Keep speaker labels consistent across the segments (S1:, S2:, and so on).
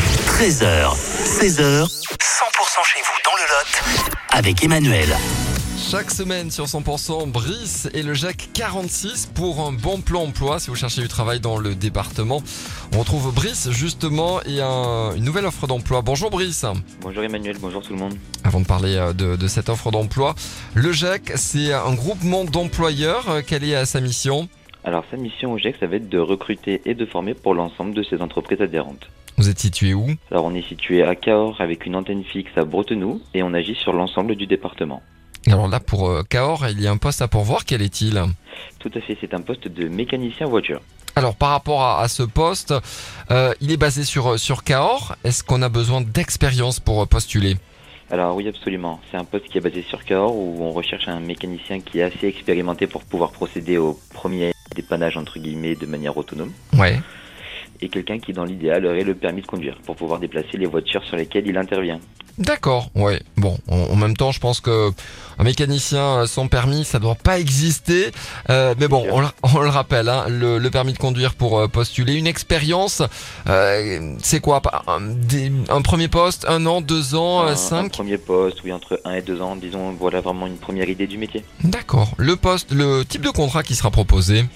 S1: 13h, 16h, 100% chez vous dans le Lot, avec Emmanuel.
S2: Chaque semaine sur 100%, Brice et le Jacques 46 pour un bon plan emploi si vous cherchez du travail dans le département. On retrouve Brice justement et un- une nouvelle offre d'emploi. Bonjour Brice.
S3: Bonjour Emmanuel, bonjour tout le monde.
S2: Avant de parler euh, de, de cette offre d'emploi, le Jacques, c'est un groupement d'employeurs. Euh, Quelle est euh, sa mission
S3: Alors sa mission au GEC, ça va être de recruter et de former pour l'ensemble de ses entreprises adhérentes.
S2: Vous êtes situé où
S3: Alors on est situé à Cahors avec une antenne fixe à Bretenoux et on agit sur l'ensemble du département.
S2: Alors là, pour euh, Cahors, il y a un poste à pourvoir. Quel est-il
S3: Tout à fait, c'est un poste de mécanicien voiture.
S2: Alors par rapport à, à ce poste, euh, il est basé sur, euh, sur Cahors. Est-ce qu'on a besoin d'expérience pour euh, postuler
S3: Alors oui absolument, c'est un poste qui est basé sur Cahors où on recherche un mécanicien qui est assez expérimenté pour pouvoir procéder au premier dépannage entre guillemets de manière autonome
S2: Ouais.
S3: et quelqu'un qui dans l'idéal aurait le permis de conduire pour pouvoir déplacer les voitures sur lesquelles il intervient.
S2: D'accord, ouais. Bon, en, en même temps, je pense que un mécanicien euh, sans permis, ça doit pas exister. Euh, mais bon,
S3: sûr.
S2: on, le- on le rappelle, hein, le, le permis de conduire pour euh, postuler, une expérience, euh, c'est quoi pas- un, des- un premier poste, un an, deux ans, euh,
S3: un, un
S2: cinq
S3: premier poste, oui, entre 1 et 2 ans, disons, voilà vraiment une première idée du métier.
S2: D'accord. Le poste, le type de contrat qui sera proposé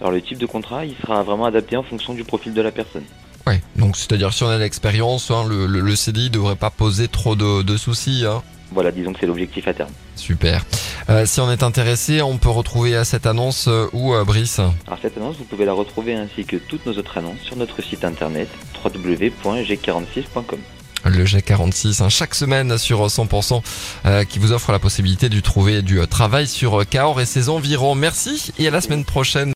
S3: Alors le type de contrat, il sera vraiment adapté en fonction du profil de la personne.
S2: Ouais, donc c'est-à-dire si on a de l'expérience, hein, le, le, le CDI devrait pas poser trop de, de soucis. Hein.
S3: Voilà, disons que c'est l'objectif à terme.
S2: Super. Euh, si on est intéressé, on peut retrouver euh, cette annonce euh, où, euh, Brice
S3: Alors cette annonce, vous pouvez la retrouver ainsi que toutes nos autres annonces sur notre site internet www.g46.com.
S2: le G46 hein, chaque semaine sur 100% euh, qui vous offre la possibilité de trouver du euh, travail sur euh, Cahors et ses environs. Merci et à la semaine prochaine.